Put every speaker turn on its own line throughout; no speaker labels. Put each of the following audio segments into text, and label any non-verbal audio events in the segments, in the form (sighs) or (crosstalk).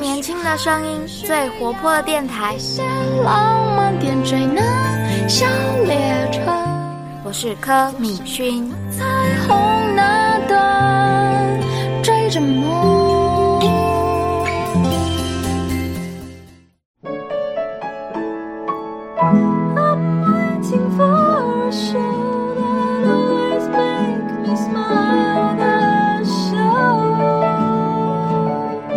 年轻的声音，最活泼的电台。
浪漫点缀那小列车，
我是柯敏勋，
彩虹那端追着梦。Waiting for a show that always make me smile. That show I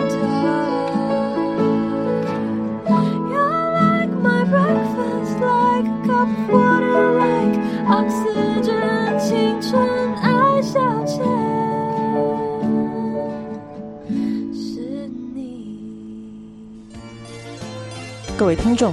adore. You're like my breakfast, like a cup of water, like oxygen. 青春爱消遣，是你。
各位听众，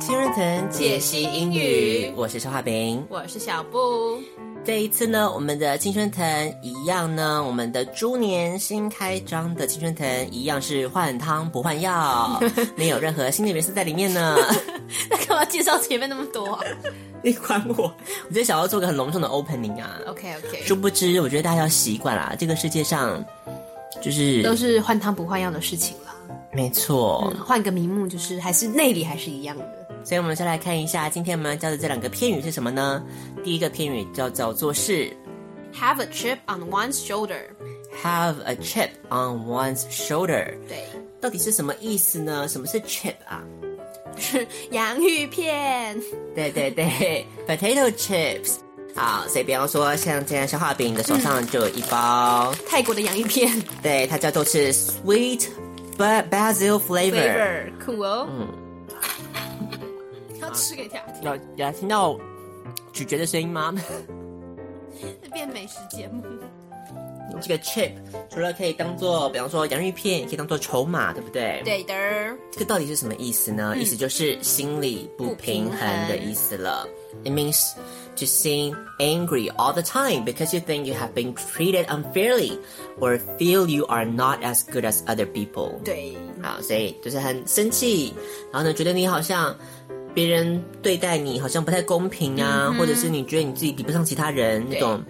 青春藤解析英语，我是肖化饼。
我是小布，
这一次呢，我们的青春藤一样呢，我们的猪年新开张的青春藤一样是换汤不换
(laughs)
药，没有任何新的元素在里面呢。
(laughs) 那干嘛介绍前面那么 (laughs) 多、啊、
你管我？我今天想要做个很隆重的 opening 啊。
？OK OK，
殊不知，我觉得大家要习惯啦，这个世界上就是
(laughs) 都是换汤不换药的事情啦。
没错。
嗯，换个名目就是还是内里还是一样的。
所以我们先来看一下今天我们要教的这两个片语是什么呢？第一个片语叫叫做是
Have a chip on one's shoulder，
have a chip on one's shoulder。
对，
到底是什么意思呢？什么是 chip 啊？
是洋芋片。
对对对 (laughs) ，potato chips。好，所以比方说，像现在消化饼的手上就有一包，
泰国的洋芋片
对，它叫做是 sweet ba- basil flavor。
(laughs) flavor 酷哦，要吃给他听，
有有听到咀嚼的声音吗？
变美食节目。
这个 chip 除了可以当做，比方说洋芋片，也可以当做筹码，对不对？。
对的，
这个到底是什么意思呢？意思就是心理不平衡的意思了。It means to seem angry all the time because you think you have been treated unfairly or feel you are not as good as other people。
对，
好，所以就是很生气，然后呢，觉得你好像别人对待你好像不太公平啊，或者是你觉得你自己比不上其他人那种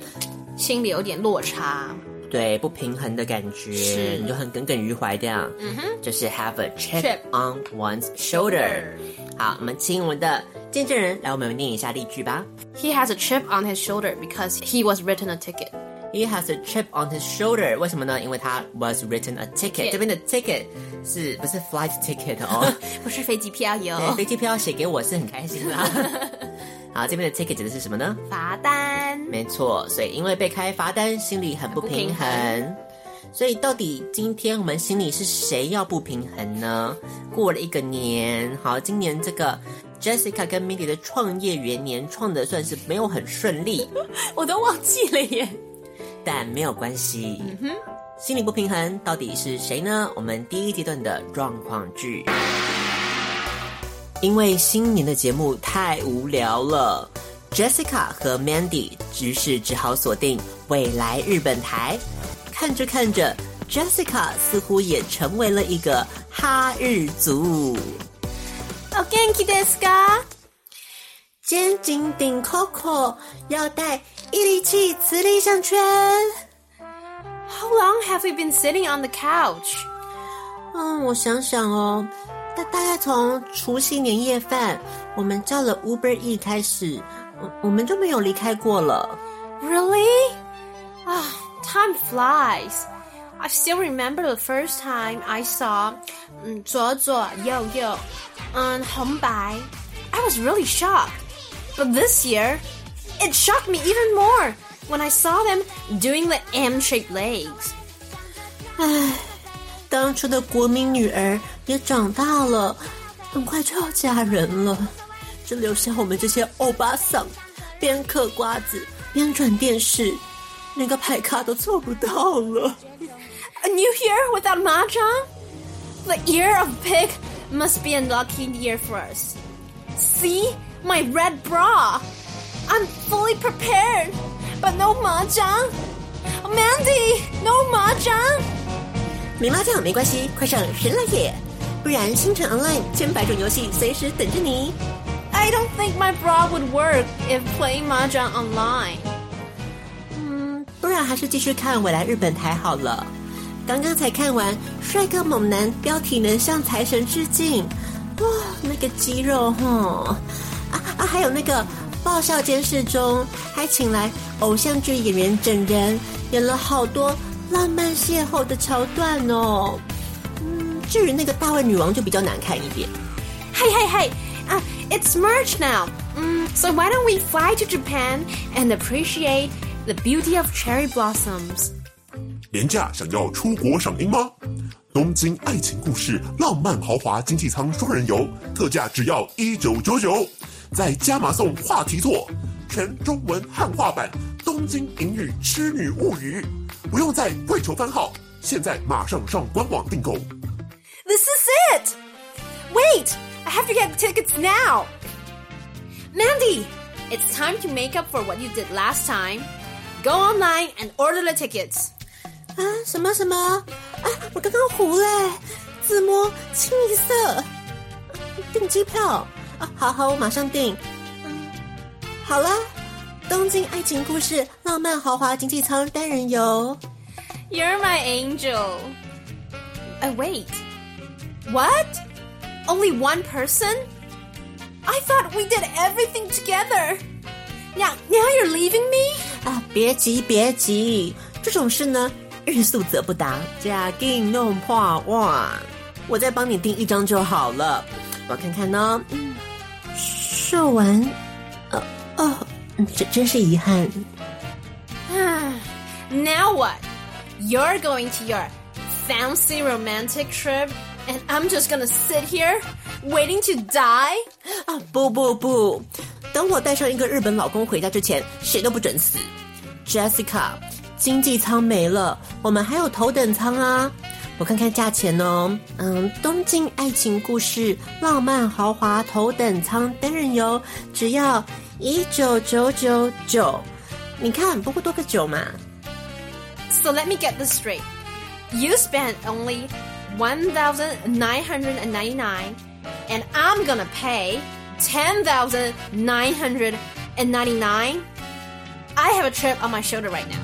心里有点落差。
对不平衡的感觉
是，
你就很耿耿于怀这样。嗯哼，就是 have a chip,
Chip
on one's shoulder。好，我们请我们的见证人来，我们念一下例句吧。
He has a chip on his shoulder because he was written a ticket。
He has a chip on his shoulder。为什么呢？因为他 was written a ticket。
Ticket
这边的 ticket 是不是 flight ticket (laughs) 哦？
不是飞机票哟，
对，飞机票写给我是很开心的。 (laughs) 好，这边的 ticket 指的是什么呢？
罚单。
没错，所以因为被开罚单，心里很不平衡。所以到底今天我们心里是谁要不平衡呢？过了一个年，好，今年这个 Jessica 跟 Mindy 的创业元年创的算是没有很顺利，
我都忘记了耶。
但没有关系。心理不平衡到底是谁呢？我们第一阶段的状况剧。因为新年的节目太无聊了，Jessica 和 Mandy 于是只好锁定未来日本台。看着看着，Jessica 似乎也成为了一个哈日族。
お元気ですか？
肩颈顶 Coco 要带毅力气磁力项圈。
How long have we been sitting on the couch？
嗯，我想想哦，大大概从除夕年夜饭，我们叫了 Uber E 开始，我我们就没有离开过了。
Really? Ah, time flies. I still remember the first time I saw mm, 嗯左左右右嗯红白. I was really shocked. But this year, it shocked me even more when I saw them doing the M-shaped legs.
当初的国民女儿也长大了，很快就要嫁人了，只留下我们这些欧巴桑，边嗑瓜子边转电视。连个排卡都做不到了。
A new year without mahjong? The year of pig must be a lucky year for us. See my red bra. I'm fully prepared, but no mahjong. Mandy, no mahjong.
没麻将没关系，快上神来也，不然星辰 Online 千百种游戏随时等着你。
I don't think my bra would work if playing mahjong online.
不然还是继续看未来日本台好了。刚刚才看完《帅哥猛男标体能向财神致敬》，哇，那个肌肉哈啊啊！还有那个《爆笑监视中》，还请来偶像剧演员整人，演了好多浪漫邂逅的桥段哦。嗯，至于那个大卫女王就比较难看一点。
Hey, hey, hey! Uh, it's March now. Mm, so why don't we fly to Japan and appreciate the beauty of cherry blossoms?
廉价想要出国赏樱吗？东京爱情故事浪漫豪华经济舱双人游，特价只要一九九九，再加码送话题错，全中文汉化版《东京淫语痴女物语》，不用再跪求番号，现在马上上官网订购。
This is it! Wait! I have to get tickets now! Mandy! It's time to make up for what you did last time. Go online and order the tickets.
啊，什么什么？啊，我刚刚糊嘞，自摸清一色，订机票啊，好好，我马上订。嗯，好啦，东京爱情故事浪漫豪华经济舱单人游，
You're my angel. Uh, wait. What? Only one person? I thought we did everything together. Now, now you're leaving me?
啊，别急别急，这种事呢，欲速则不达，假定弄破哇！我再帮你订一张就好了，我看看呢。嗯，秀完，呃哦，真真是遗憾。
(sighs) now what? You're going to your fancy romantic trip, and I'm just gonna sit here waiting to die?
啊，不不不，等我带上一个日本老公回家之前，谁都不准死。Jessica，经济舱没了，我们还有头等舱啊。我看看价钱哦，嗯，东京爱情故事浪漫豪华头等舱单人游只要一九九九九，你看，不过多个九嘛。
So let me get this straight. You spent only 1999 and I'm gonna pay 10999 I have a trip on my shoulder right now.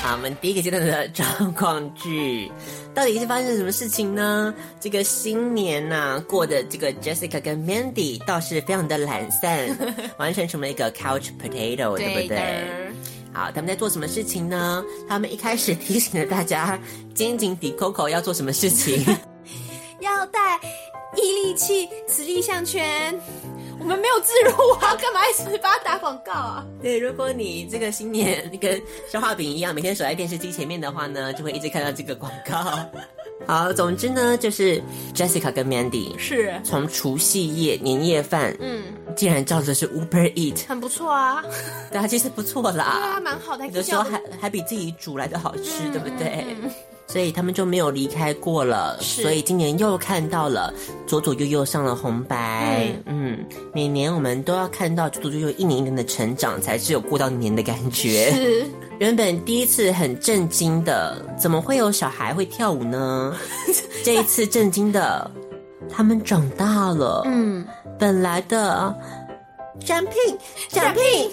好，我们第一个阶段的 (laughs) 状况剧，到底是发生了什么事情呢？这个新年呐、过的这个 Jessica 跟 Mandy 倒是非常的懒散，完全成了一个 couch potato，对不对？好，他们在做什么事情呢？他们一开始提醒了大家，肩颈底 Coco 要做什么事情。
要带毅力器、磁力项圈。我们没有自如啊，干嘛一直帮他打广告啊？
对，如果你这个新年你跟消化饼一样，每天守在电视机前面的话呢，就会一直看到这个广告。好，总之呢，就是 Jessica 跟 Mandy
是，
从除夕夜年夜饭，
嗯，
竟然照着是 Uber Eat，
很不错啊，
大家其实不错
对
啦。
啊，蛮好的，
有的时候还还比自己煮来的好吃，对不对？所以他们就没有离开过了，
是
所以今年又看到了左左右右上了红白。嗯，每年我们都要看到左左右右一年一年的成长，才是有过到年的感觉。
是
原本第一次很震惊的，怎么会有小孩会跳舞呢？这一次震惊的，他们长大了。嗯，本来的啊 jumping jumping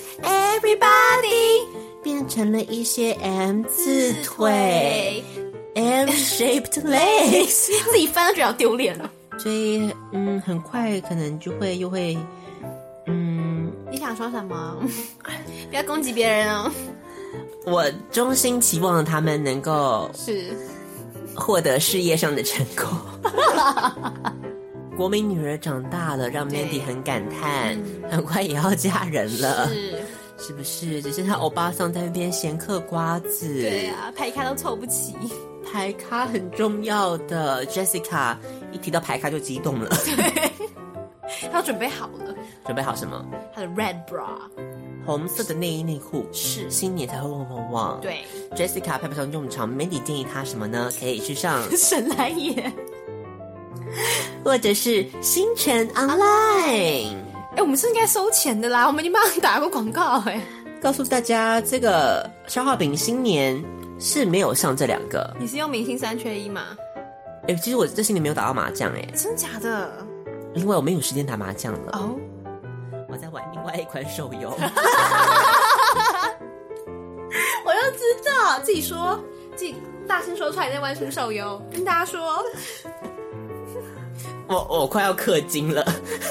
everybody 变成了一些 M 字腿 M shaped
(laughs)
legs，
自己翻了就要丢脸了。
所以嗯，很快可能就会又会嗯，
你想说什么？ (laughs) 不要攻击别人哦。
我衷心期望他们能够
是，
获得事业上的成
(laughs)
功。国民女儿长大了，让 Mandy 很感叹，很快也要嫁人了，
是，
是不是？只剩下欧巴桑在那边闲嗑瓜子。
对啊，排卡都凑不齐。
排咖很重要的，Jessica 一提到排咖就激动
(laughs)
了。
他准备好了，
准备好什么？
他的 red bra，
红色的内衣内裤，
是
新年才会旺旺旺。
对，
，Jessica 派不上用场，Mandy 建议她什么呢？可以去上
(laughs)
(laughs)
神来也。
或者是星辰 Online。
哎、我们是应该收钱的啦，我们已经帮你打过广告哎、
告诉大家，这个消化饼新年是没有上这两个。
你是用明星三缺一吗？
哎、其实我这新年没有打到麻将哎、
真假的？
因为我没有时间打麻将了，
哦，
我在玩另外一款手游。
我就知道，自己说，自己大声说出来你在玩什么手游，跟大家说。
(laughs)
(laughs)
我我快要氪金了， (laughs)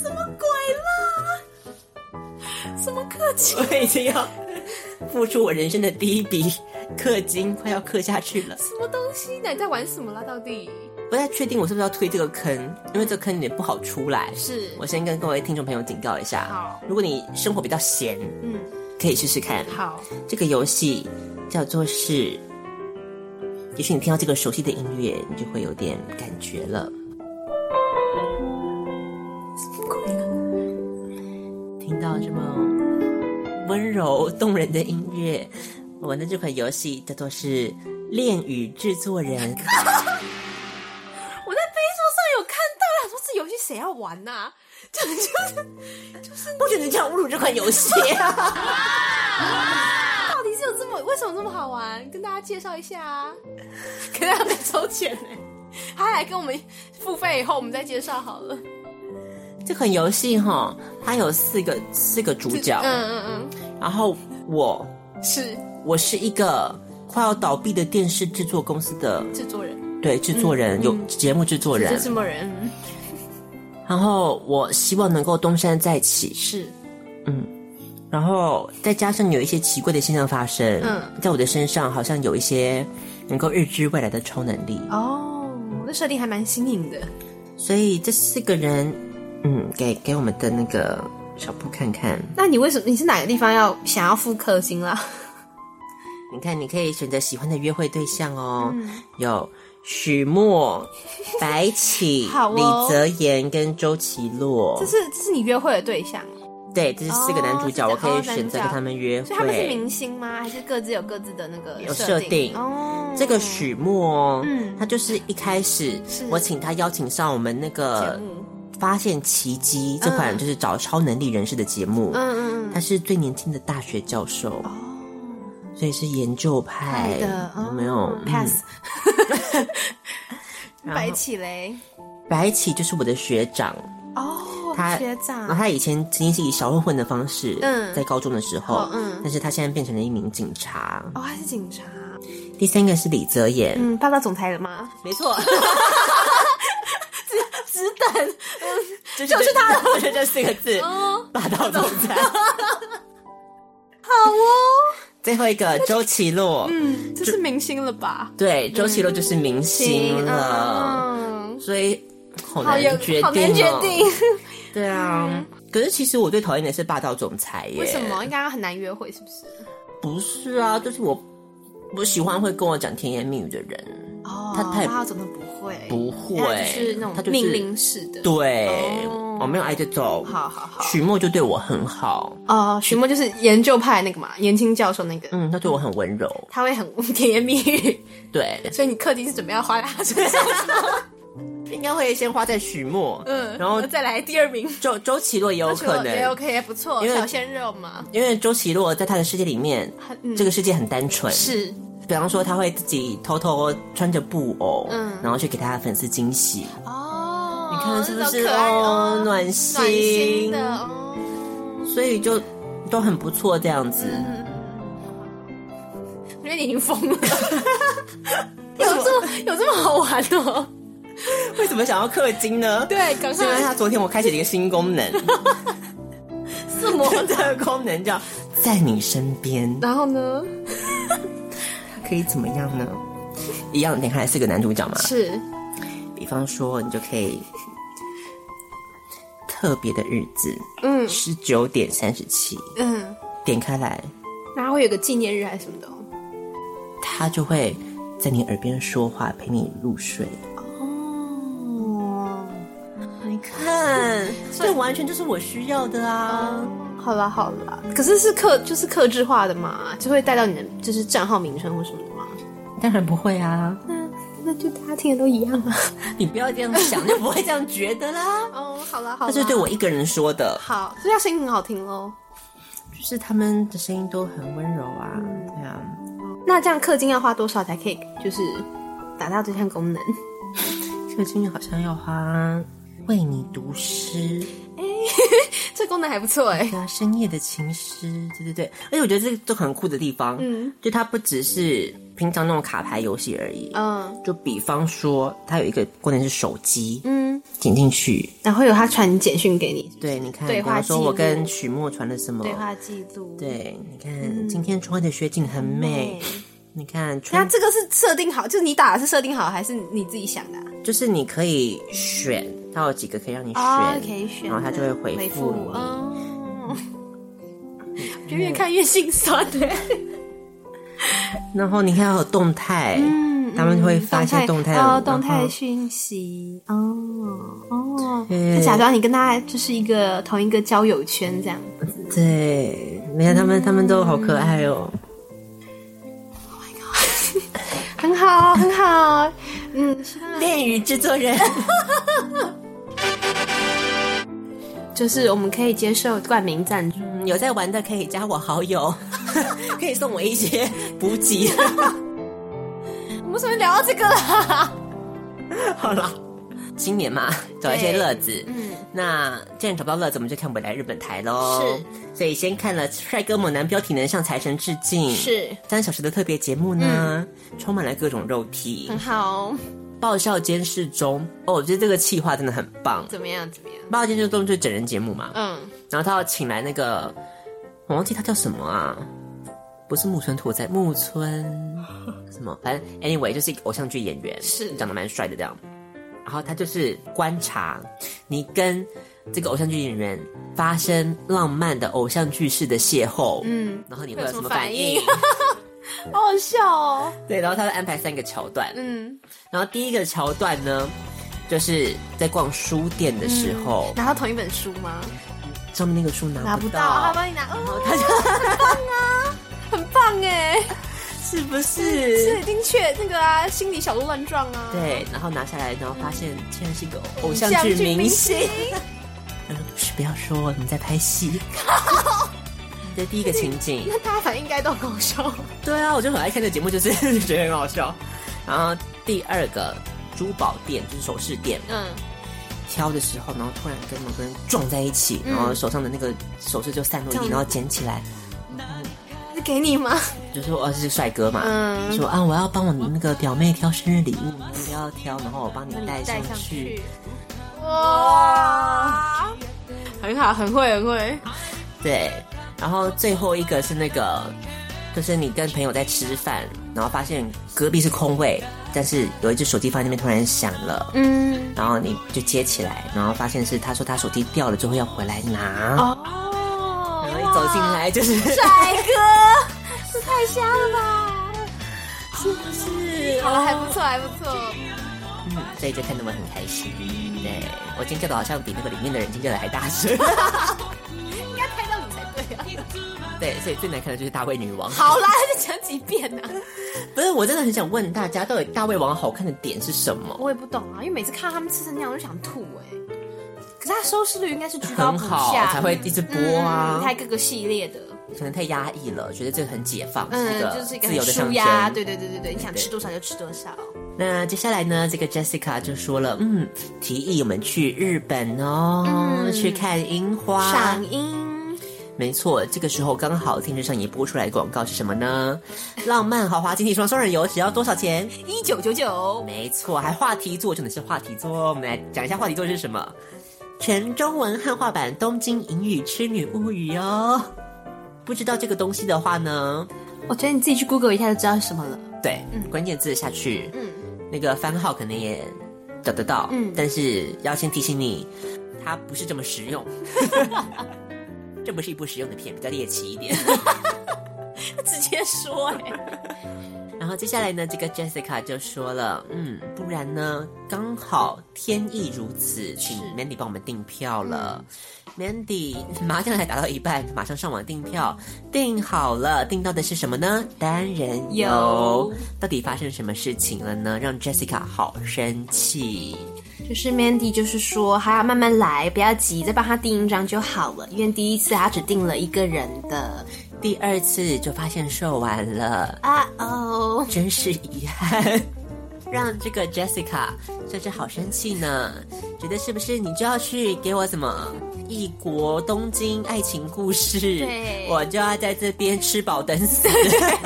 什么鬼啦？什么客气？
我已经要付出我人生的第一笔氪金，快要氪下去了。
什么东西呢？你在玩什么啦？到底
不太确定我是不是要推这个坑，因为这个坑也不好出来。
是
我先跟各位听众朋友警告一下，
好
如果你生活比较闲，
嗯，
可以试试看。
好，
这个游戏叫做是，也许你听到这个熟悉的音乐，你就会有点感觉了。听到这么温柔动人的音乐，我玩的这款游戏叫做是《恋与制作人》。
我在 Facebook 上有看到，想说这游戏谁要玩呐、 (laughs) 就就是
不准你 (laughs) 这样侮辱这款游戏、
到底是有这么为什么这么好玩？跟大家介绍一下 (laughs) 啊。可是他没收钱呢、他来跟我们付费以后，我们再介绍好了。
这款游戏哈，它有四个四个主角，
嗯嗯嗯，
然后我
是
我是一个快要倒闭的电视制作公司的
制作人，
对制作人，有节目制作
嗯是
人
制。作人，嗯
然后我希望能够东山再起，
是
然后再加上有一些奇怪的现象发生，
嗯
在我的身上好像有一些能够预知未来的超能力，
哦，这设定还蛮新颖的。
所以这四个人，嗯，给给我们的那个小布看看，
那你为什么你是哪个地方要想要付氪金啦？
你看，你可以选择喜欢的约会对象哦，
嗯
有许
(laughs)
墨、白起、
好哦
李泽言跟周奇洛
这，是这是你约会的对象，
对，这是四个男主角，
哦
我可以
是的
选择
哦
跟他们约
所以他们是
会。
明星吗？还是各自有各自的那个
有
设
设定
哦，
这个许墨哦，
嗯
他就是一开始
是
我请他邀请上我们那个
节目嗯
《发现奇迹》这款就是找超能力人士的节目，
嗯嗯
他是最年轻的大学教授，
嗯，
所以是研究
爱
派
的
有哎没有
哦
嗯
pass，
(laughs) 然后
白起雷
白起就是我的学长，
哦，
他
学
然后
长
他以前曾经是以小混混的方式，
嗯
在高中的时候
哦，嗯
但是他现在变成了一名警察。
哦，他是警察，
第三个是李泽言，
嗯，霸道总裁了吗？
没错， (laughs)
只等嗯
就是就是他了， (laughs) 就是这四个字，
哦，
霸道总裁。 (laughs) 好哦。最后一个周奇洛，
嗯，这是明星了吧？
对，周奇洛就是明星了，
嗯，
所以好
好
难
有
决定、哦，
好难决定，嗯
对啊。可是其实我最讨厌的是霸道总裁耶，
为什？么？应该很难约会，是不是？
不是啊，就是我不喜欢会跟我讲甜言蜜语的人，
哦，
他他也
霸道总裁不会，
不会
他就是那
他就
种
是
命令式的，
对，
哦
我没有挨着走。
好好好。
许墨就对我很好，
哦，许墨就是研究派那个嘛，年轻教授那个，
嗯，他对我很温柔，
他会很甜言蜜语，
对，
所以你氪金是准备要花在他身上
(laughs)
是吗，
应该会先花在许墨，
嗯，
然后
再来第二名，
周周奇洛也有可能，
也 OK，不错，
因为
小鲜肉嘛，
因为周奇洛在他的世界里面，
很嗯
这个世界很单纯，
是
比方说他会自己偷偷穿着布偶，
嗯
然后去给他的粉丝惊喜，
哦，
你看是不是
那种可爱
哦
哦，
暖心
暖心的哦，
所以就都很不错这样子。
我觉得你已经疯
(laughs)
了，有这么有这么好玩哦？
为什么想要氪金呢？
对，赶
啊是因为
快
他昨天我开启了一个新功能，
自摸，
(laughs) 这个功能叫在你身边，
然后呢？
可以怎么样呢？一样，你看四个男主角嘛，
是
比方说你就可以特别的日子，
嗯
十九点三十七，
嗯，
点开来，
然后会有个纪念日还是什么的哦。
他就会在你耳边说话，陪你入睡。
哦，嗯
你看，这完全就是我需要的啊！
好啦好啦，可是是克就是克制化的嘛，就会带到你的就是账号名称或什么的嘛。
当然不会啊，
那就大家听的都一样啊。
你不要这样想，就不会这样觉得 (laughs) 啦。
哦，好啦好
那
啦，
是对我一个人说的，
好，所以他声音很好听喽。
就是他们的声音都很温柔啊，对啊。
那这样氪金要花多少才可以就是达到这项功能？
这个今年好像要花为你读诗
这功能还不错哎、
对啊，深夜的情诗，对对对。而且我觉得这个都很酷的地方，嗯，就它不只是平常那种卡牌游戏而已，
嗯
就比方说它有一个功能是手机，
嗯，
点进去，
然后有他传简讯给你，
对，你看，
对
比
话
方说
记录
我跟许墨传了什么
对。话记录，，
对，你看、今天穿的雪景很美。你看
那
穿，
这个是设定好，就是你打的是设定好，还是你自己想的、啊？
就是你可以选，它有几个可以让你选，
哦可以选
然后它就会
回
回
复
复
我哦
你。嗯
就越看越心酸欸的。
然后你看还有动态， (laughs) 他们会发一些动态的
哦，动
然
态
后
讯息哦
嗯
哦，
对
就假装你跟他就是一个呃同一个交友圈这样，
对，你看他们，他们都好可爱哦。
很好很好，嗯，
恋与制作人，
就是我们可以接受冠名赞助。
嗯 (laughs) 有在玩的可以加我好友， (laughs) 可以送我一些补给。 (laughs)
我们怎么聊到这个了？ (laughs)
好了，今年嘛，找一些乐子。
嗯，
那既然找不到乐子，我们就看未来日本台喽。
是，
所以先看了帅哥猛男标体能向财神致敬，
是
三小时的特别节目呢，充满了各种肉体
很，好，
爆笑监视中。哦，我觉得这个企划真的很棒。
怎么样怎么样？
爆笑监视中就是整人节目嘛，
嗯，
然后他要请来那个，我忘记他叫什么啊，不是木村拓哉，木
(laughs)
村什么，反正 anyway 就是一个偶像剧演员，
是
长得蛮帅的这样。然后他就是观察你跟这个偶像剧演员发生浪漫的偶像剧式的邂逅，嗯，然后你会有
有什
什
么
么
反
反应
应？好好笑哦。
对，然后他会安排三个桥段，
嗯，
然后第一个桥段呢，就是在逛书店的时候，
拿到同一本书吗？
嗯上面那个书拿
嗯拿
不
不到，
到
他帮你拿，哦，
他就啊
很棒 (laughs) 哎，
是不
是已经确那个啊，心理小鹿乱撞啊。
对，然后拿下来，然后发现竟然是一个偶
偶
像
像
剧
剧
明
明
星
星。
(laughs) 他说：“不是，不要说你在拍 (laughs) 戏。”这第一个情
(laughs)
景，
那大家反应应该都很搞笑。
对啊，我就很爱看这节目，就是 (laughs) 觉得很好笑。然后第二个珠宝店就是首饰店，
嗯，
挑的时候，然后突然跟某个人撞在一起，然后手上的那个首饰就散落一地，
嗯这样
然后捡起来，
是给你吗？
就说：“哦，这是帅哥嘛。”
嗯
说啊，我要帮我那个表妹挑生日礼物，你不要挑，然后我帮你带
嗯
上去。。
哇，很好，很会，很会。
对，然后最后一个是那个，就是你跟朋友在吃饭，然后发现隔壁是空位，但是有一只手机放在那边突然响了，
嗯，
然后你就接起来，然后发现是他说他手机掉了之后要回来拿，
哦，
然后一走进来就是
帅哥，这太瞎了吧？是不是？好了，还不错，还不错。
嗯，所以就看得我很开心。对我尖叫的好像比那个里面的人尖叫的还大
(laughs)
声。
应该拍到你才对啊。
对，所以最难看的就是大胃女王。
好啦，再讲几遍啊呐、
不是，我真的很想问大家，到底大胃王好看的点是什么？
(laughs) 我也不懂啊，因为每次看到他们吃成那样，我就想吐哎、可是它收视率应该是居
很
高不
好
下，
才会一直播啊。
嗯拍各个系列的，
可能太压抑了，觉得这个很解放，是一
嗯，
个
就是一个
自由
很
的象
舒
征。
压，对对对对对，你想
对
吃多少就吃多少。
那接下来呢，这个 Jessica 就说了，嗯，提议我们去日本哦，
嗯
去看樱花。
赏樱，
没错，这个时候刚好电视上也播出来广告是什么呢？浪漫豪华经济霜双人游只要多少钱？
一九九九，
没错，还话题作，重点是话题作。我们来讲一下话题作是什么。全中文汉化版《东京隐语痴女物语》哦。不知道这个东西的话呢，
我觉得你自己去 Google 一下就知道是什么了。
对，关键字下去，
嗯，
那个番号可能也找得到，
嗯
但是要先提醒你，它不是这么实用。 (laughs) 这不是一部实用的片，比较猎奇一点。
直接说哎、
然后接下来呢，这个 Jessica 就说了，嗯，不然呢，刚好天意如此，请 Mandy (laughs) 帮我们订票了。年底麻将才打到一半，马上上网订票，订好了，订到的是什么呢？单人游
有。
到底发生什么事情了呢？让 Jessica 好生气。
就是 Mandy 就是说还要慢慢来，不要急，再帮他订一张就好了。因为第一次他只订了一个人的，
第二次就发现售完了，
啊哦，
真是遗憾。 (laughs) 让这个 Jessica 真是好生气呢，觉得是不是你就要去给我什么异国东京爱情故事？
对
我就要在这边吃饱等死。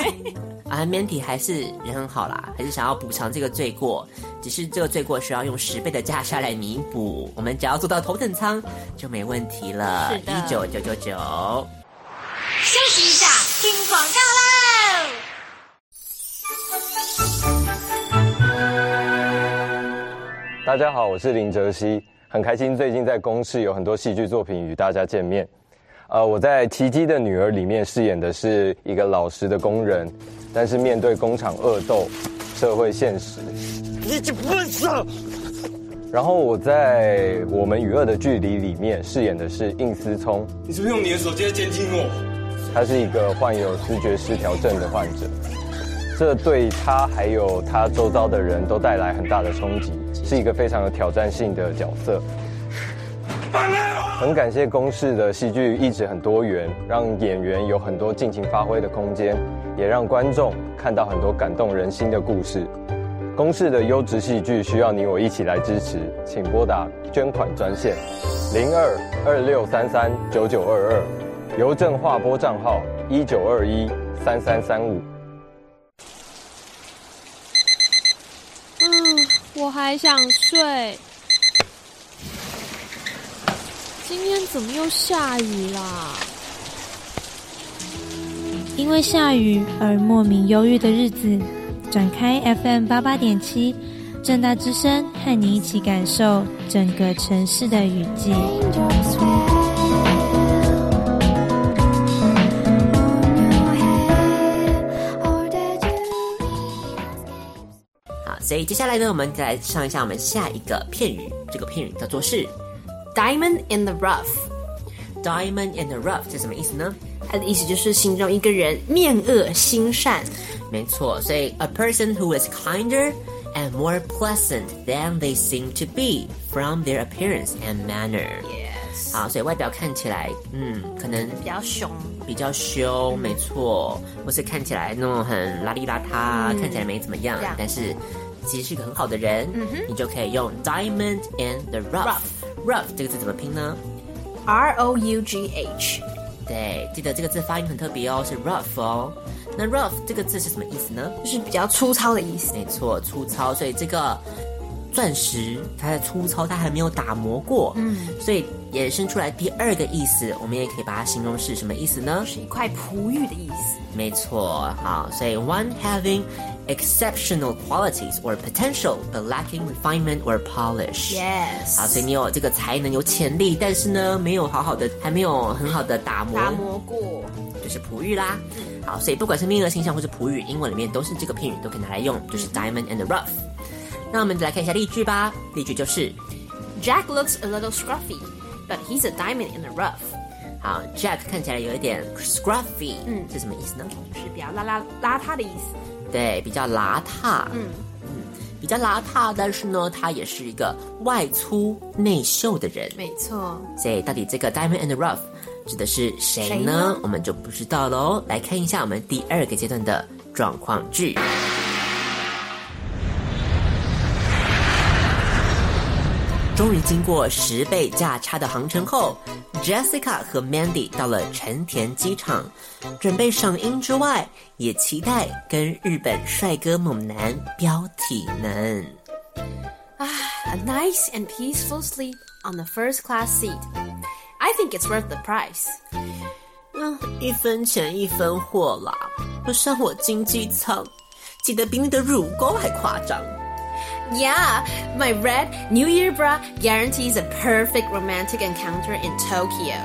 (laughs) 啊，Mandy 还是人很好啦，还是想要补偿这个罪过，只是这个罪过需要用十倍的价差来弥补。我们只要做到头等舱就没问题了。
是的
一九九九九。
休息一下，听广告喽。
大家好，我是林哲熙，很开心最近在公视有很多戏剧作品与大家见面。呃，我在《奇迹的女儿》里面饰演的是一个老实的工人，但是面对工厂恶斗、社会现实，你这不是。然后我在《我们与恶的距离》里面饰演的是应思聪，
你是不是用你的手机在监听我？
他是一个患有思觉失调症的患者，这对他还有他周遭的人都带来很大的冲击，是一个非常有挑战性的角色。很感谢公视的戏剧一直很多元，让演员有很多尽情发挥的空间，也让观众看到很多感动人心的故事。公视的优质戏剧需要你我一起来支持，请拨打捐款专线零二二六三三九九二二，邮政划拨账号一九二一三三三五。
啊我还想睡。今天怎么又下雨啦？
因为下雨而莫名忧郁的日子，转开 FM 八八点七，正大之声和你一起感受整个城市的雨季。
好，所以接下来呢，我们再来上一下我们下一个片语，这个片语叫做是
Diamond in the rough，
diamond in the rough 是什么意思呢？
它的意思就是形容一个人面恶心善。
没错，所以 a person who is kinder and more pleasant than they seem to be from their appearance and manner。
Yes，
好，所以外表看起来，嗯，可能
比较凶。
比较凶，没错，或是看起来那种很邋里邋遢，看起来没怎么样
这样，
但是其实是个很好的人，你就可以用 diamond in the rough。rough 这个字怎么拼呢？
R O U G H，
对，记得这个字发音很特别哦，是 rough 哦。那 rough 这个字是什么意思呢？
就是比较粗糙的意思。
没错，粗糙。所以这个钻石它的粗糙，它还没有打磨过，嗯，所以衍生出来第二个意思，我们也可以把它形容是什么意思呢？
是一块璞玉的意思。
没错，好，所以 one having exceptional qualities or potential but lacking refinement or polish。
Yes，
好，所以你有这个才能、有潜力，但是呢，没有好好的，还没有很好的打磨，
打磨过。
就是璞玉啦。好，所以不管是面额形象或是璞玉，英文里面都是这个片语，都可以拿来用，就是
嗯
diamond and the rough。那我们来看一下例句吧。例句就是：
Jack looks a little scruffy, but he's a diamond in the rough，
好，Jack 看起来有一点 scruffy，嗯，是什么意思呢？
是比较邋邋邋遢的意思。
对，比较邋遢，嗯比较邋遢，但是呢，他也是一个外粗内秀的人。
没错，
所以到底这个 diamond and the rough 指的是谁
谁
呢？
呢
我们就不知道喽。来看一下我们第二个阶段的状况句。终于经过十倍价差的航程后，Jessica 和 Mandy 到了成田机场，准备赏樱之外，也期待跟日本帅哥猛男飙体能。
a nice and peaceful sleep on the first class seat. I think it's worth the price.
嗯，一分钱一分货啦，不上我经济舱，挤得比你的乳沟还夸张。
Yeah, my red New Year bra guarantees a perfect romantic encounter in Tokyo.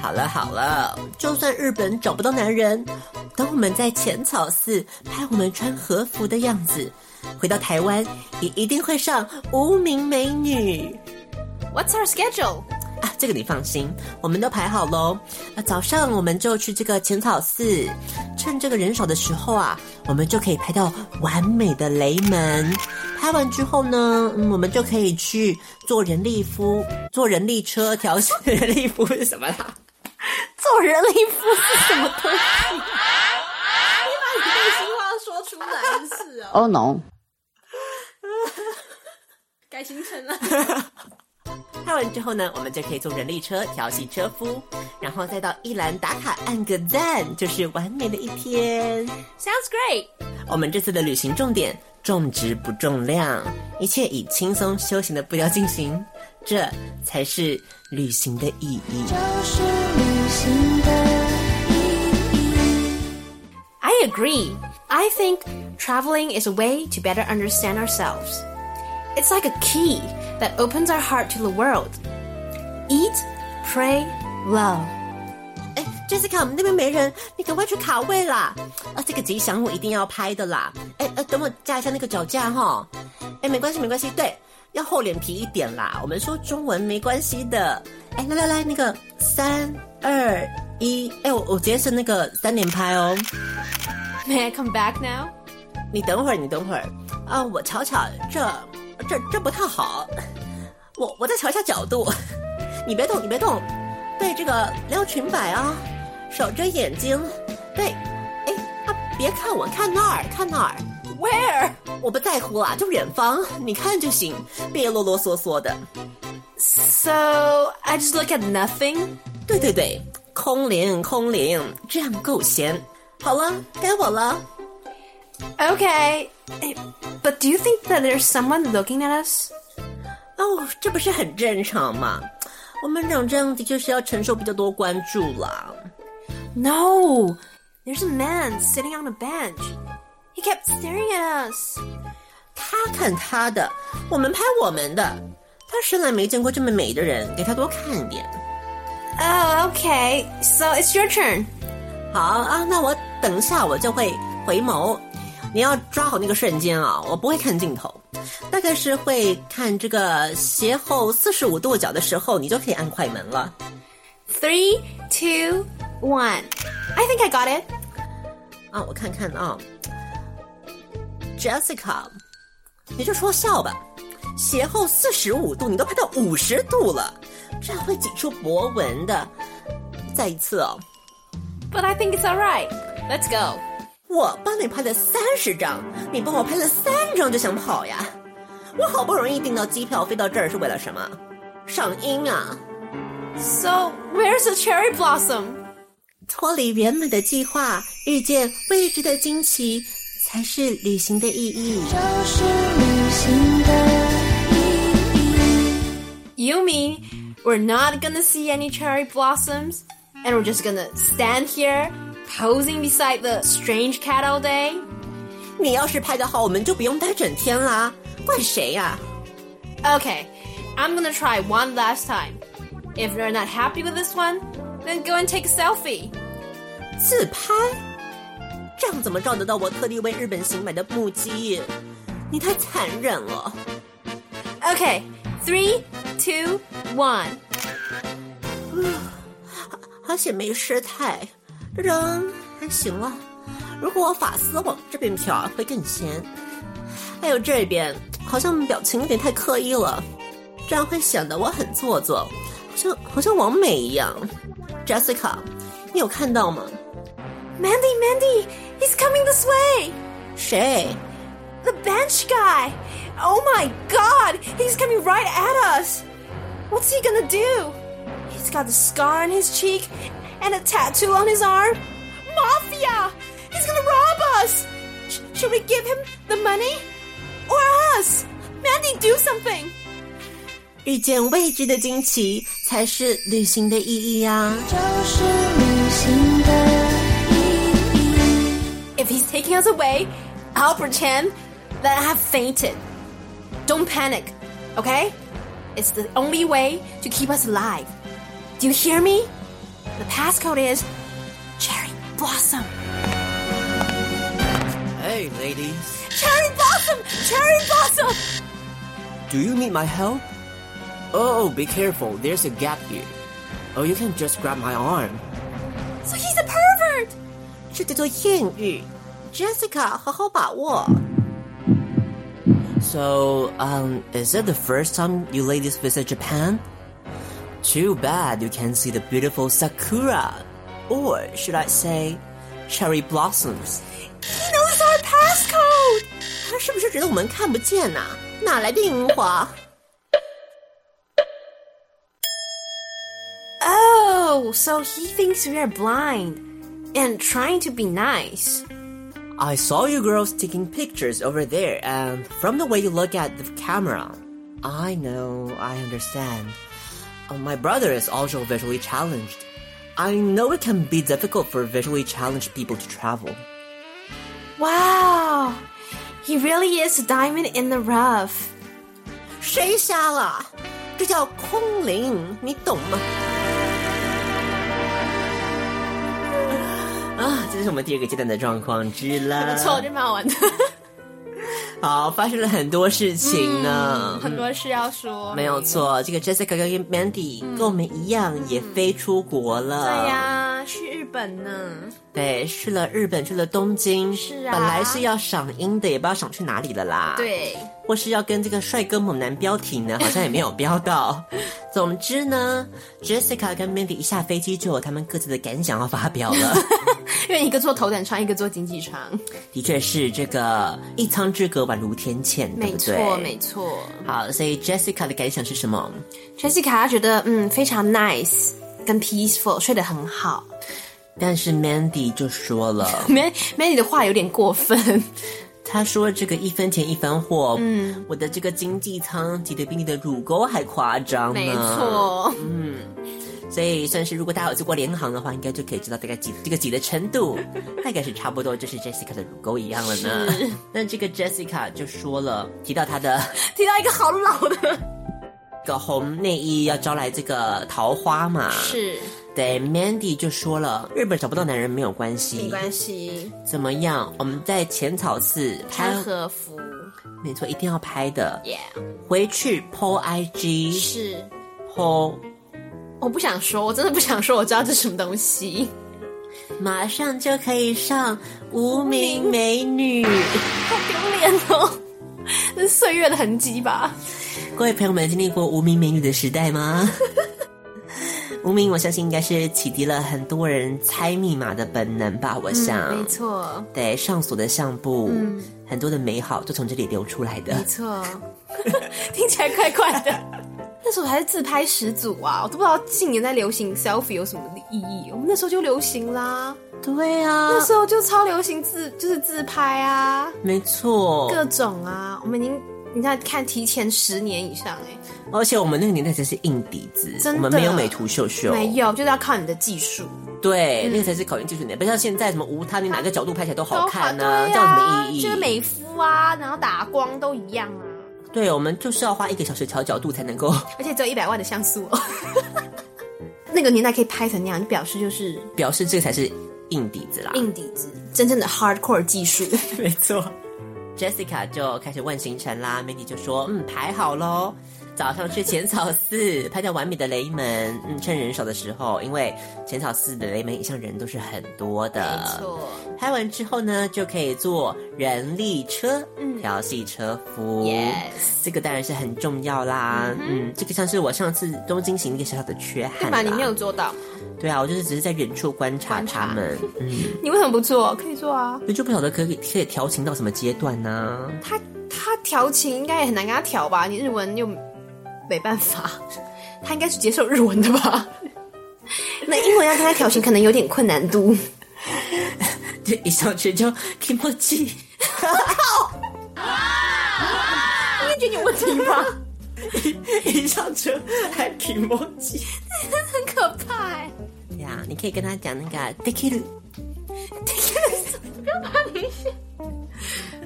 好了好了，就算日本找不到男人，等我们在浅草寺拍我们穿和服的样子，回到台湾也一定会上无名美女。
(laughs) What's our schedule?
啊，这个你放心，我们都排好喽。那早上我们就去这个浅草寺，趁这个人少的时候啊，我们就可以拍到完美的雷门。拍完之后呢，嗯，我们就可以去坐人力夫，坐人力车，调人力夫是什么啦？ (laughs)
做人力夫是什么东西？你把你内心话说出来就是哦。
Oh no！
改行程了。
拍完之后呢，我们就可以坐人力车调戏车夫，然后再到一兰打卡按个赞，就是完美的一天。
Sounds great。
我们这次的旅行重点重质不重量，一切以轻松休闲的步调进行，这才是旅行的意义。
就是旅行的意义。
I agree. I think traveling is a way to better understand ourselves. It's like a key that opens our heart to the world. Eat, pray, love.
哎，Jessica，我们那边没人，你赶快去卡位啦！啊，这个吉祥物一定要拍的啦！哎，呃，等我架一下那个脚架哈。哎，没关系，没关系，对，要厚脸皮一点啦。我们说中文没关系的。哎，来来来，那个三二一，哎，我我直接是那个三连拍哦。
May I come back now?
你等会儿，你等会儿啊，我瞧瞧，这这这不太好。我我再瞧一下角度， (laughs) 你别动，你别动，对这个撩裙摆啊，守着眼睛，对，哎啊，别看我，看那儿，看那儿，Where？我不在乎啦，啊就远方，你看就行，别啰啰嗦嗦的。
So I just look at nothing.
对对对，空灵空灵，这样够闲。好了，该我了。
Okay. Eh, But do you think that there's someone looking at us?
哦，这不是很正常吗？我们长这样的确是要承受比较多关注啦。
No. There's a man sitting on a bench. He kept staring at us.
他看他的，我们拍我们的。他生来没见过这么美的人，给他多看一点。
Oh, okay. So it's your turn.
好啊，那我等一下我就会回眸。你要抓好那个瞬间啊！我不会看镜头，大概是会看这个斜后四十五度角的时候，你就可以按快门了。
Three, two, one. I think I got it.
啊，我看看啊，Jessica，你就说笑吧，斜后四十五度，你都拍到五十度了，这样会挤出博文的。再一次哦，
But I think it's alright. Let's go.
我帮你拍了三十张，你帮我拍了三张就想跑呀？我好不容易订到机票飞到这儿是为了什么？赏樱啊！
So, where's the cherry blossom?
脱离原本的计划，遇见未知的惊奇，才是旅行的意义。
就是旅行的意义。
You mean we're not gonna see any cherry blossoms? And we're just gonna stand here, posing beside the strange cat all day?
你要是拍的好，我们就不用待整天啦。怪谁呀、
Okay, I'm gonna try one last time. If you're not happy with this one, then go and take a selfie.
自拍？这样怎么照得到我特地为日本行买的木屐？你太残忍了！
Okay, three, two, one.
好险没失态，这张还行了。如果我发丝往这边飘，会更闲。还有这边，好像表情有点太刻意了，这样会显得我很做作，好像好像王美一样。Jessica，你有看到吗？
Mandy, Mandy, he's coming this way!
谁？
The bench guy! Oh my god! He's coming right at us! What's he gonna do? He's got a scar on his cheek and a tattoo on his arm. Mafia! He's gonna rob us! Sh- should we give him the money? Or us? Mandy, do something!
遇见未知的惊奇才是旅行的意义啊！
就是旅行的意义。
If he's taking us away, I'll pretend that I have fainted. Don't panic, okay? It's the only way to keep us alive. Do you hear me? The passcode is Cherry Blossom.
Hey, ladies,
Cherry Blossom! Cherry Blossom!
do you need my help?
Oh, be careful. There's a gap here. Oh, you can just grab my arm.
So he's a pervert.
这叫做艳遇，Jessica，好好把握。So, um, is it the first time you ladies visit Japan? Too bad you can't see the beautiful sakura, or should I say, cherry blossoms.
He knows our passcode.
他是不是觉得我们看不见呐、哪来的樱花？
Oh, so he thinks we are blind and trying to be nice.
I saw you girls taking pictures over there, and from the way you look at the camera, I know, I understand. Uh, my brother is also visually challenged. I know it can be difficult for visually challenged people to travel.
Wow, he really is a diamond in the rough.
谁瞎了？这叫空灵，你懂吗？啊，这是我们第二个阶段的状况之啦。 (laughs)
不错，这蛮好玩的。
好，发生了很多事情呢。
很多事要说。
没有
哎
错，这个 Jessica 跟 Mandy
嗯
跟我们一样，也飞出国了。
对呀，去日本呢。
对，去了日本，去了东京。
是啊
本来是要赏樱的，也不知道赏去哪里了啦。，
对，
或是要跟这个帅哥猛男标题呢，好像也没有标
(laughs)
到。总之呢，Jessica 跟 Mandy 一下飞机就有他们各自的感想要发表
(laughs)
了。
因为一个做头等舱，一个做经济舱。
的确是这个一舱之隔宛如天堑，对
没
不
错
对？，
没错。
好，所以 Jessica 的感想是什么？
Jessica 她觉得嗯非常 nice，跟 peaceful，睡得很好。
但是 Mandy 就说了。
May May 的话有点过分，
他说：“这个一分钱一分货，嗯，我的这个经济舱挤得比你的乳沟还夸张呢。
没，错，
所以算是如果大家有做过联航的话，应该就可以知道大概挤这个挤的程
(laughs)
度，大概是差不多就是 Jessica 的乳沟一样了呢。但这个 Jessica 就说了，提到她的
提到一个好老的，
这个红内衣要招来这个桃花嘛，
是
对 Mandy 就说了，日本找不到男人没有关系，
没关系，
怎么样？我们在浅草寺拍
穿，和服
没错，一定要拍的。
，Yeah，
回去 po IG
是。
po，
我不想说，我真的不想说，我知道这是什么东 (laughs) 西。
马上就可以上无名美女。
丢脸哦，这是岁月的痕迹吧？
各位朋友们，经历过无名美女的时代吗？ (laughs) 无名，我相信应该是启迪了很多人猜密码的本能吧。我想，
嗯没错，嗯
对上锁的相簿，很多的美好就从这里流出来的
没。 (laughs) 错，听起来怪怪的。 (laughs) 那时候还是自拍始祖啊，我都不知道近年在流行 selfie 有什么意义。我们那时候就流行啦，
对啊
那时候就超流行自就是自拍啊，
没错。
各种啊。我们已经你看看提前十年以上哎、
而且我们那个年代才是硬底子，
真的
我们没有美图秀秀，
没。有，嗯就是要靠你的技术。
对，那个才是考验技术的，不像现在什么无他，你哪个角度拍起来都好看呢、
都
这
好对
样有什
啊
么意义？
就是美肤啊，然后打光都一样啊，
对，我们就是要花一个小时调角度才能够 (laughs)
而且只有一百万的像素、哦。 (laughs) 那个年代可以拍成那样，就表示就是
表示这才是硬底子啦。 (laughs)
硬底子，真正的 hardcore 技术。
没错。Jessica 就开始问行程啦，Mandy 就说：“嗯，排好喽，早上去浅草寺拍到完美的雷门，嗯，趁人少的时候，因为浅草寺的雷门一向人都是很多的。
没错，
拍完之后呢，就可以坐人力车，调戏车夫。
嗯 Yes
这个当然是很重要啦。嗯这个像是我上次东京行一个小小的缺憾
干
啦。
嘛你没有做到？
对啊，我就是只是在远处观察
观察
他们，嗯，
你为什么不做？可以做啊。
我就不晓得可以可以调情到什么阶段呢、
他他调情应该也很难跟他调吧？你日文又没办法，他应该是接受日文的吧？ (laughs) 那英文要跟他调情可能有点困难度。
这一上去就 k i m o
(laughs)
c h
你觉得有问题吗？
(laughs) 一上车还 k i m o c h
很可怕、欸。
对啊，你可以跟他讲那个 d e k i r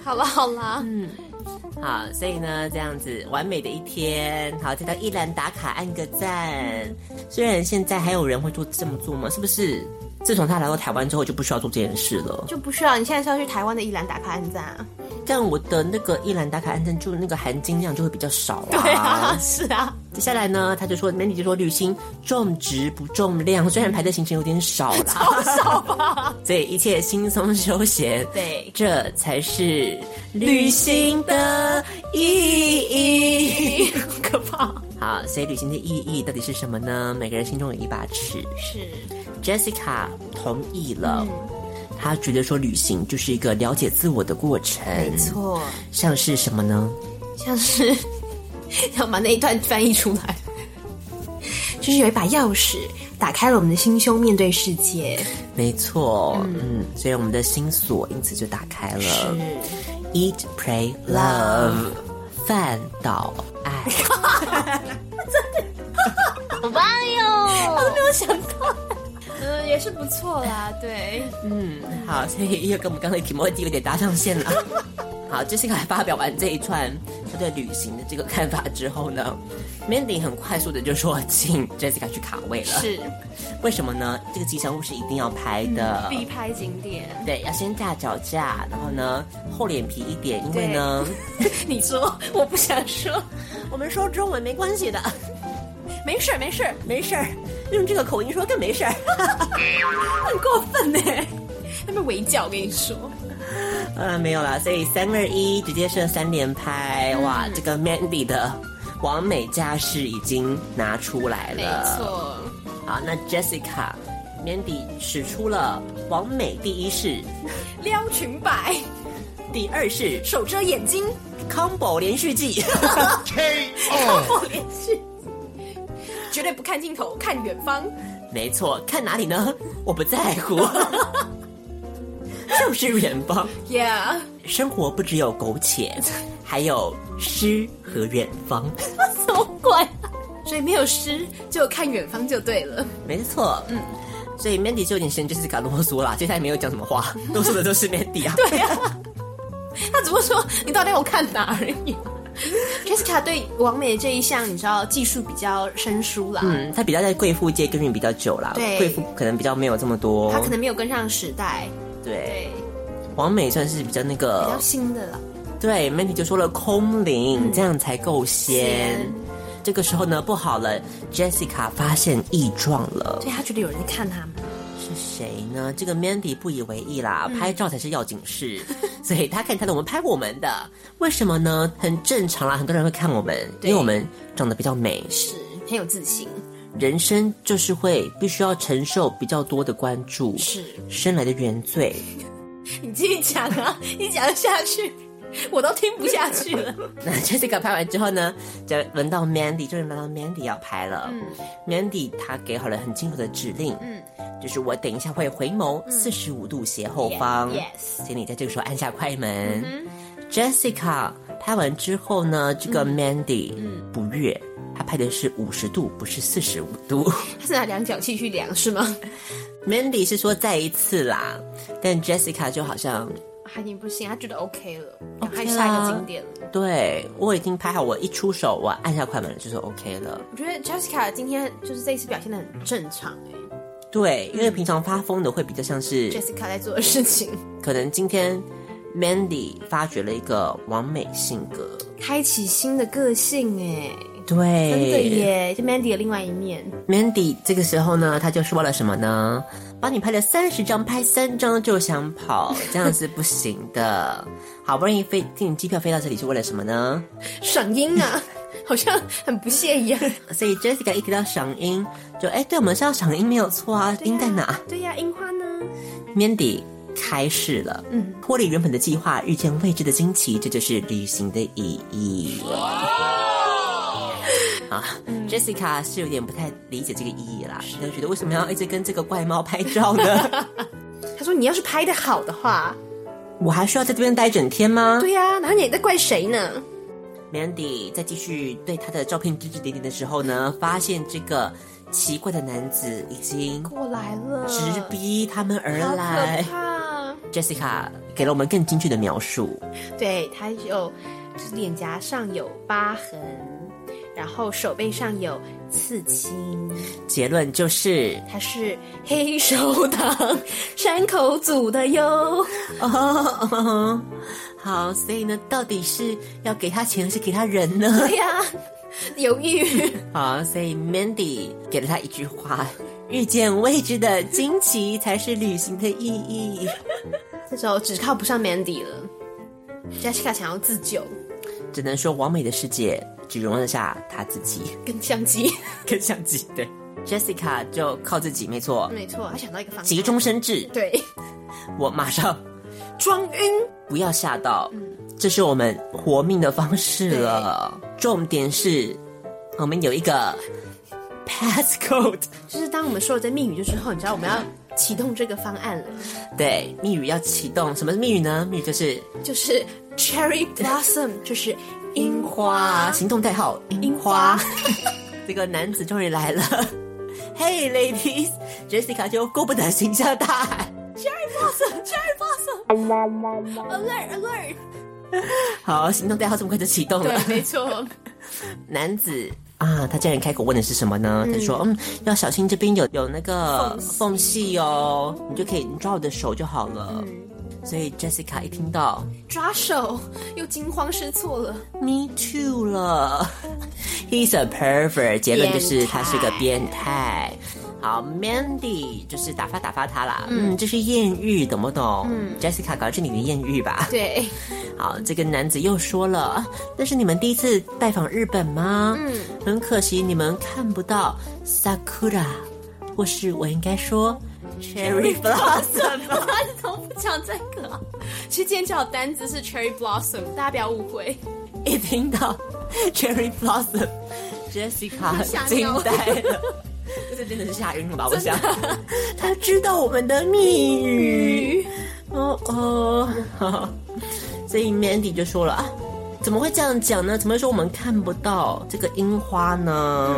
好啦好啦，嗯，
好，所以呢，这样子完美的一天，好，再到一兰打卡按个赞。虽然现在还有人会做这么做吗？是不是？自从他来到台湾之后，就不需要做这件事了。
就不需要。你现在是要去台湾的宜兰打卡按赞啊？
但我的那个一兰达卡安珍珠那个含金量就会比较少啊。
(laughs) 对啊， (laughs) 是啊，
接下来呢，他就说美女就说旅行重质不重量， (laughs) 虽然排的行程有点少啦，
好少吧？
(laughs) 所以一切轻松休闲，
对
这才是旅行的意义。
好 (laughs) 可怕。
好，所以旅行的意义到底是什么呢？每个人心中有一把尺。
是，
Jessica 同意了，
嗯
她觉得说旅行就是一个了解自我的过程，
没，错，
像是什么呢？
像是 (laughs) 要把那一段翻译出来，就是有一把钥匙打开了我们的心胸，面对世界。
没错，嗯，所以我们的心锁因此就打开
呃
了。Eat, pray, love，饭岛爱。
好棒哟！
嗯，也是不错啦，对，
嗯， (laughs) 好，所以又跟我们刚才题目有点搭上 (laughs) 线了。好，Jessica 发表完这一串她对旅行的这个看法之后呢，Mandy 很快速的就说请 Jessica 去卡位了。
是
为什么呢？这个吉祥物是一定要拍的，
必拍景点。
对，要先大脚架，然后呢厚脸皮一点，因为呢，
你说，我不想说，
我们说中文没关系的，
(laughs) 没事儿没事儿，
没事儿，用这个口音说更没事
(laughs)
儿。
很过分呢，他们围剿，我跟你说，
呃，没有啦，所以三二一直接射三连拍，哇，
嗯
这个 Mandy 的完美架势已经拿出来了。
没。错，
好，那 Jessica Mandy 使出了完美第一式，
撩裙摆，
第二式
手遮眼睛，
combo 连续技。 (laughs)
我连续，绝对不看镜头，看远方。
没错，看哪里呢？我不在
(laughs)
乎，就是远方。
Yeah， (laughs)
生活不只有苟且， (laughs) 还有诗和远方。 (laughs)
什么鬼？所以没有诗，就看远方就对了。
没错，嗯。所以 Mandy 就有点嫌 Jessica 啰嗦啦，接下来没有讲什么话， (laughs) 啰嗦的都是 Mandy 啊。
(laughs) 对啊，他只不过说你到底要我看哪而已。Jessica 对王美这一项，你知道技术比较生疏啦，
嗯，她比较在贵妇界耕耘比较久啦，
对
贵妇可能比较没有这么多。
她可能没有跟上时代，
对
对，
王美算是比较那
比较嗯
个，
新的啦。
对 Mandy 就说了空灵，这样才够仙。这个时候呢，不好了，Jessica 发现异状了。
对她觉得有人在看他们，
是谁呢？这个 Mandy 不以为意啦，
嗯
拍照才是要紧事， (laughs) 所以他看他的，我们拍我们的，为什么呢？很正常啦，很多人会看我们，因
对
为我们长得比较美，
是很有自信，
人生就是会必须要承受比较多的关注，
是
生来的原罪。
你继续讲啊， (laughs) 你讲得下去，我都听不下去
(laughs)
了。
那 Jessica 拍完之后呢，就轮到 Mandy，终于轮到 Mandy 要拍了。Mandy 她给好了很清楚的指令，嗯，就是我等一下会回眸四十五度斜后方
Yeah，yes
请你在这个时候按下快门。Jessica 拍完之后呢，这个 Mandy 不悦，她拍的是五十度，不是四十五度。
他是拿量角器去量是吗？
Mandy 是说再一次啦，但 Jessica 就好像
他已经不行，他觉得 OK 了，赶
OK
快
啦
下一个景点了。
对我已经拍好，我一出手我按下快门了，就是 OK 了。
我觉得 Jessica 今天就是这一次表现的很正常哎、
对，因为平常发疯的会比较像是
Jessica 在做的事情，
可能今天 Mandy 发掘了一个完美性格，
开启新的个性哎、
对，
真的耶，就 Mandy 的另外一面，
Mandy 这个时候呢，他就说了什么呢？帮你拍了三十张，拍三张就想跑，这样是不行
(laughs)
的。好不容易飞订机票飞到这里是为了什么呢？
赏樱啊， (laughs) 好像很不屑一样。
所以 Jessica 一提到赏樱，就哎，对，我们是要赏樱没有错啊，樱在哪
对呀、樱花呢？
？Mandy 开始了，嗯，脱离原本的计划，遇见未知的惊奇，这就是旅行的意义。啊、j
嗯
e s s i c a 是有点不太理解这个意义啦，就觉得为什么要一直跟这个怪猫拍照呢？
(laughs) 他说你要是拍的好的话，
我还需要在这边待整天吗？
对呀、然后你在怪谁呢？
Mandy 在继续对他的照片指指点点的时候呢，发现这个奇怪的男子已经
我来了，
直逼他们而
好
来
可。怕。
Jessica 给了我们更精确的描述，
对，他有就是脸颊上有疤痕，然后手背上有刺青。
结论就是
他是黑手党山口组的哟。
哦哦哦 (laughs) 好，所以呢，到底是要给他钱还是给他人呢？ (laughs)
对呀、犹豫。
好，所以 Mandy 给了他一句话：遇见未知的惊奇才是旅行的意义。
这时候只靠不上 Mandy 了，Jessica 想要自救，
(laughs) 只能说完美的世界只容得下他自 (laughs) 己
跟相机。
跟相机。对，Jessica 就靠自己，没错，
(laughs) 没错，他想到一个方案。
急中生智。
对，
我马上
装晕。
不要吓到，这是我们活命的方式了。重点是，我们有一个 passcode，
就是当我们说了这密语之后，你知道我们要启动这个方案了，
对，密语要启动。什么是密语呢？密语就是
就是 (laughs) Cherry Blossom，就是樱
啊，
花。
行动代号樱花。 (laughs) 这个男子终于来了，Hey ladies，Jessica 就顾不得形象大喊。
Alert alert！
好，行动代号这么快就启动了
对，。没错，
男子啊，他竟然开口问的是什么呢？他说：“嗯，要小心这边有有那个缝隙哦，你就可以你抓我的手就好了。所以 Jessica 一听到
抓手又惊慌失措了。
“Me too” 了，He's a pervert，结论就是
变态
他是个变态。好，Mandy 就是打发打发他啦，嗯，这是艳遇，懂不懂？嗯，Jessica 搞的是你的艳遇吧？
对，
(laughs) 好，这个男子又说了，啊那是你们第一次拜访日本吗？嗯，很可惜你们看不到 sakura，或是我应该说 cherry blossom 吧。
啊，你怎么不讲这个啊？其实今天叫的单字是 Cherry Blossom，大家不要误会。
一听到 cherry (laughs) blossom，Jessica 惊呆 (laughs) 了。这真的是吓晕了吧？我想， (laughs) 他知道我们的密语，哦哦， (laughs) 所以 Mandy 就说了啊，怎么会这样讲呢？怎么会说我们看不到这个樱花呢？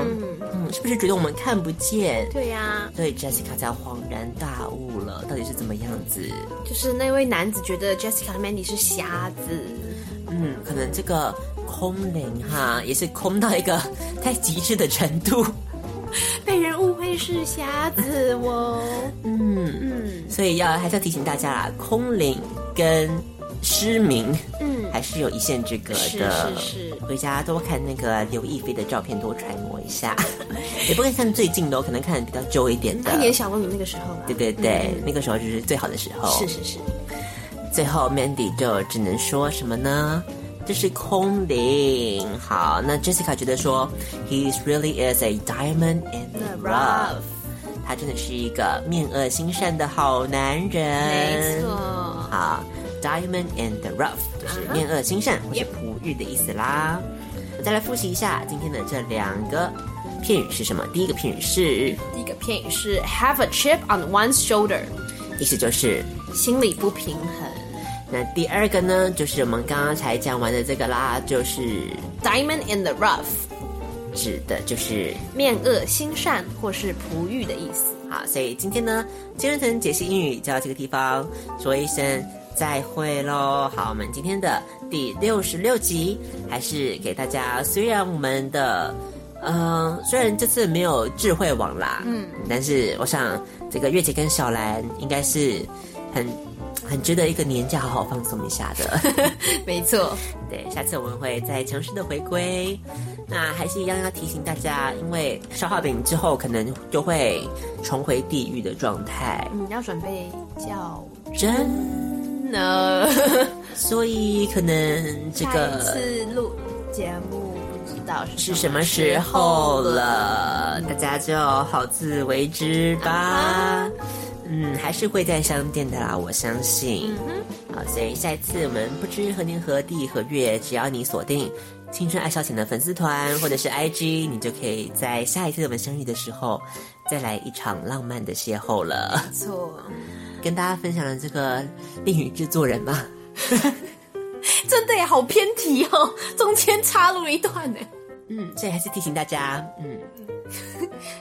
嗯是不是觉得我们看不见？
对呀、
所以 Jessica 才恍然大悟了，到底是怎么样子？
就是那位男子觉得 Jessica 和 Mandy 是瞎子，
嗯，可能这个空灵哈，也是空到一个太极致的程度。 (laughs)
被人误会是瞎子哦。
所以要还是要提醒大家啦，空灵跟失明，
嗯
嗯，还是有一线之隔的。
是是是
回家多看那个刘亦菲的照片，多揣摩一下。 (laughs) 也不会看最近的哦，可能看比较旧一点的
他。演小龙女那个时候吧。啊
对对对，那个时候就是最好的时候。
嗯是是是，
最后 Mandy 就只能说什么呢？这是空灵。好，那 Jessica 觉得说，He really is a diamond in the rough。他真的是一个面恶心善的好男人。
没错。啊
好，diamond in the rough 就是面恶心善或是璞玉的意思啦。我再来复习一下今天的这两个片语是什么。第一个片语是，
第一个片语是 Have a chip on one's shoulder，
意思就是
心理不平衡。
那第二个呢，就是我们刚刚才讲完的这个啦，就是
Diamond in the rough，
指的就是
面恶心善或是璞玉的意思。
好，所以今天呢，金润腾解析英语就到这个地方，说一声再会喽。好，我们今天的第六十六集还是给大家，虽然我们的。呃，虽然这次没有智慧网啦，嗯，但是我想这个月姐跟小兰应该是很很值得一个年假好好放松一下的。
没错，
对，下次我们会再强势的回归。那还是一样要提醒大家，因为消化饼之后可能就会重回地狱的状态，
嗯你要准备叫
真，
(laughs) 呢？
所以可能这
下一
个
次录节目不知道
是什
是什
么时候了，大家就好自为之吧。嗯，还是会在商店的啦，我相信。好，所以下一次我们不知何年何地何月，只要你锁定“青春爱消遣”的粉丝团或者是 IG，你就可以在下一次我们相遇的时候，再来一场浪漫的邂逅 (laughs) 了。
错，
跟大家分享了这个恋与制作人嘛，
真的耶，好偏题哦，中间插入一段呢。
嗯，所以还是提醒大家，嗯，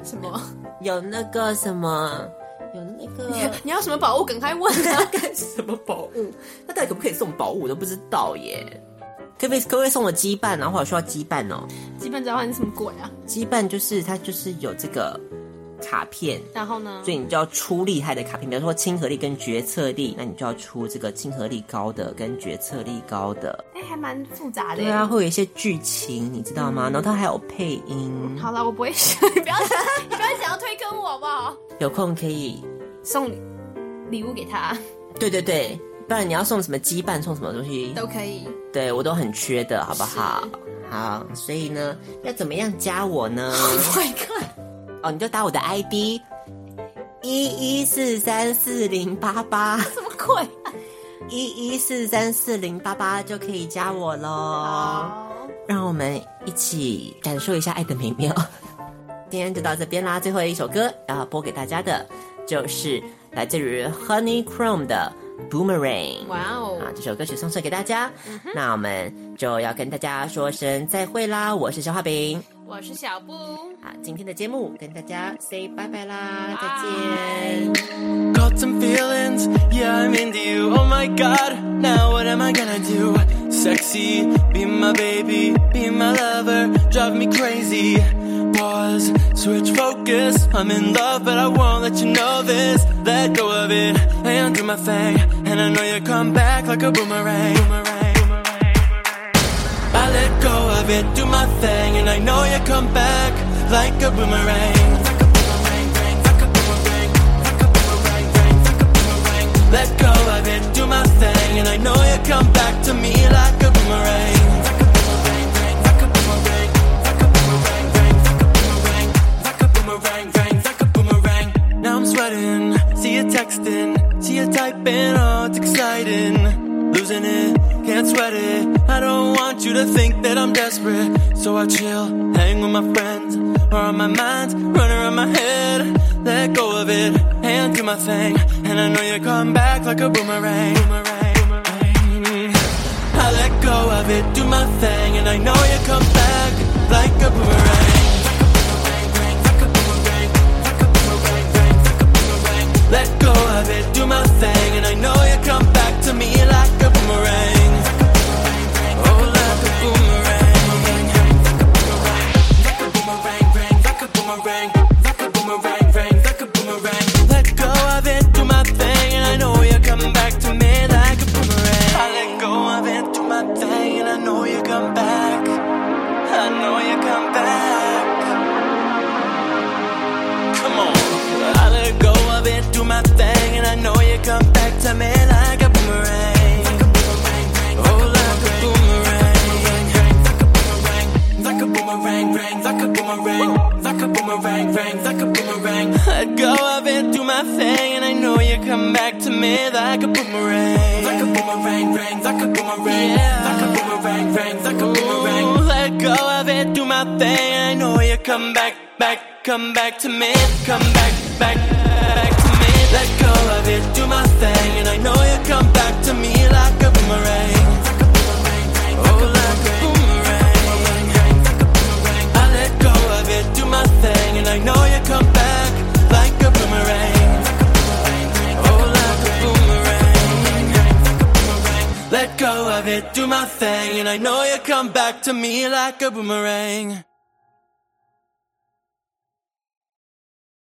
什么？
有那个什么，有那 (laughs) 个
你要什么宝物？赶快问啊！ (laughs)
干什么宝物？那到底可不可以送宝物我都不知道耶。可不可以可不可以送我羁绊？然后我需要羁绊哦。
基本交换是什么鬼啊？
羁绊就是它就是有这个卡片，
然后呢？
所以你就要出厉害的卡片，比如说亲和力跟决策力，那你就要出这个亲和力高的跟决策力高的。
哎，还蛮复杂的。
对啊，。会有一些剧情，你知道吗？然后它还有配音，
嗯好了，我不会 (laughs) 选，你不要你不要想要推坑我好不好？
有空可以。
送礼礼物给他
对对对，不然你要送什么羁绊，送什么东西
都可以。 (laughs)
对我都很缺的，好不好？好，所以呢，要怎么样加我呢
my god！
哦，你就打我的 ID 一一四三四零八八
什么鬼？
一一四三四零八八就可以加我喽。让我们一起感受一下爱的美妙。 (laughs) 今天就到这边啦，最后一首歌要播给大家的，就是来自于 Honey Chrome 的 Boomerang。
哇哦
啊，这首歌曲送送给大家。那我们就要跟大家说声再会啦，我是肖化饼。
我是小布，
啊，今天的节目跟大家 say 拜拜啦，再见。
Got some feelings, yeah, I'm into you. Oh my god, now what am I gonna do? Sexy, be my baby, be my lover, drive me crazy. Pause, switch focus. I'm in love, but I won't let you know this. Let go of it, and do my thing. And I know you'll come back like a boomerang. boomerang. I let go of it, do my thing, and I know you'll come back like a boomerang. Let go of it, do my thing, and I know you'll come back to me like a boomerang. boomerang, rang, like a boomerang. Now I'm sweating. See you texting, see you typing. Oh, it's exciting. Losing it, can't sweat it. I don't want you to think that I'm desperate. So I chill, hang with my friends, or on my mind, run around my head. Let go of it, and do my thing. And I know you'll come back like a boomerang. boomerang, boomerang. I let go of it, do my thing, and I know you'll come back like a boomerang. Let go of it, do my thing, and I know you come back to me like a boomerang. Oh, like a boomerang. Like a boomerang, ring, like a boomerang, like a boomerang, ring, like a boomerang. Let go of it, do my thing, and I know you come back to me like a boomerang. I let go of it, do my thing, and I know you come back. I know you come back. Come on. I let go of it, do my thing, and I know you come back to me like a boomerang. Oh, like a boomerang. Like a boomerang, ring, like a boomerang. Like a boomerang, ring, like a boomerang. Let go of it, do my thing, and I know you come back to me like a boomerang. Like a boomerang, ring, like a boomerang. Like a boomerang, ring, like a boomerang. Let go of it, do my thing, and I know you come back, back, come back to me. Come back, back, back to me. Let go of it, do my thing, and I know you come back to me like a boomerang. Oh, like a boomerang. I let go of it, do my thing, and I know you come back like a boomerang. Oh, like a boomerang. Let go of it, do my thing, and I know you come back to me like a boomerang.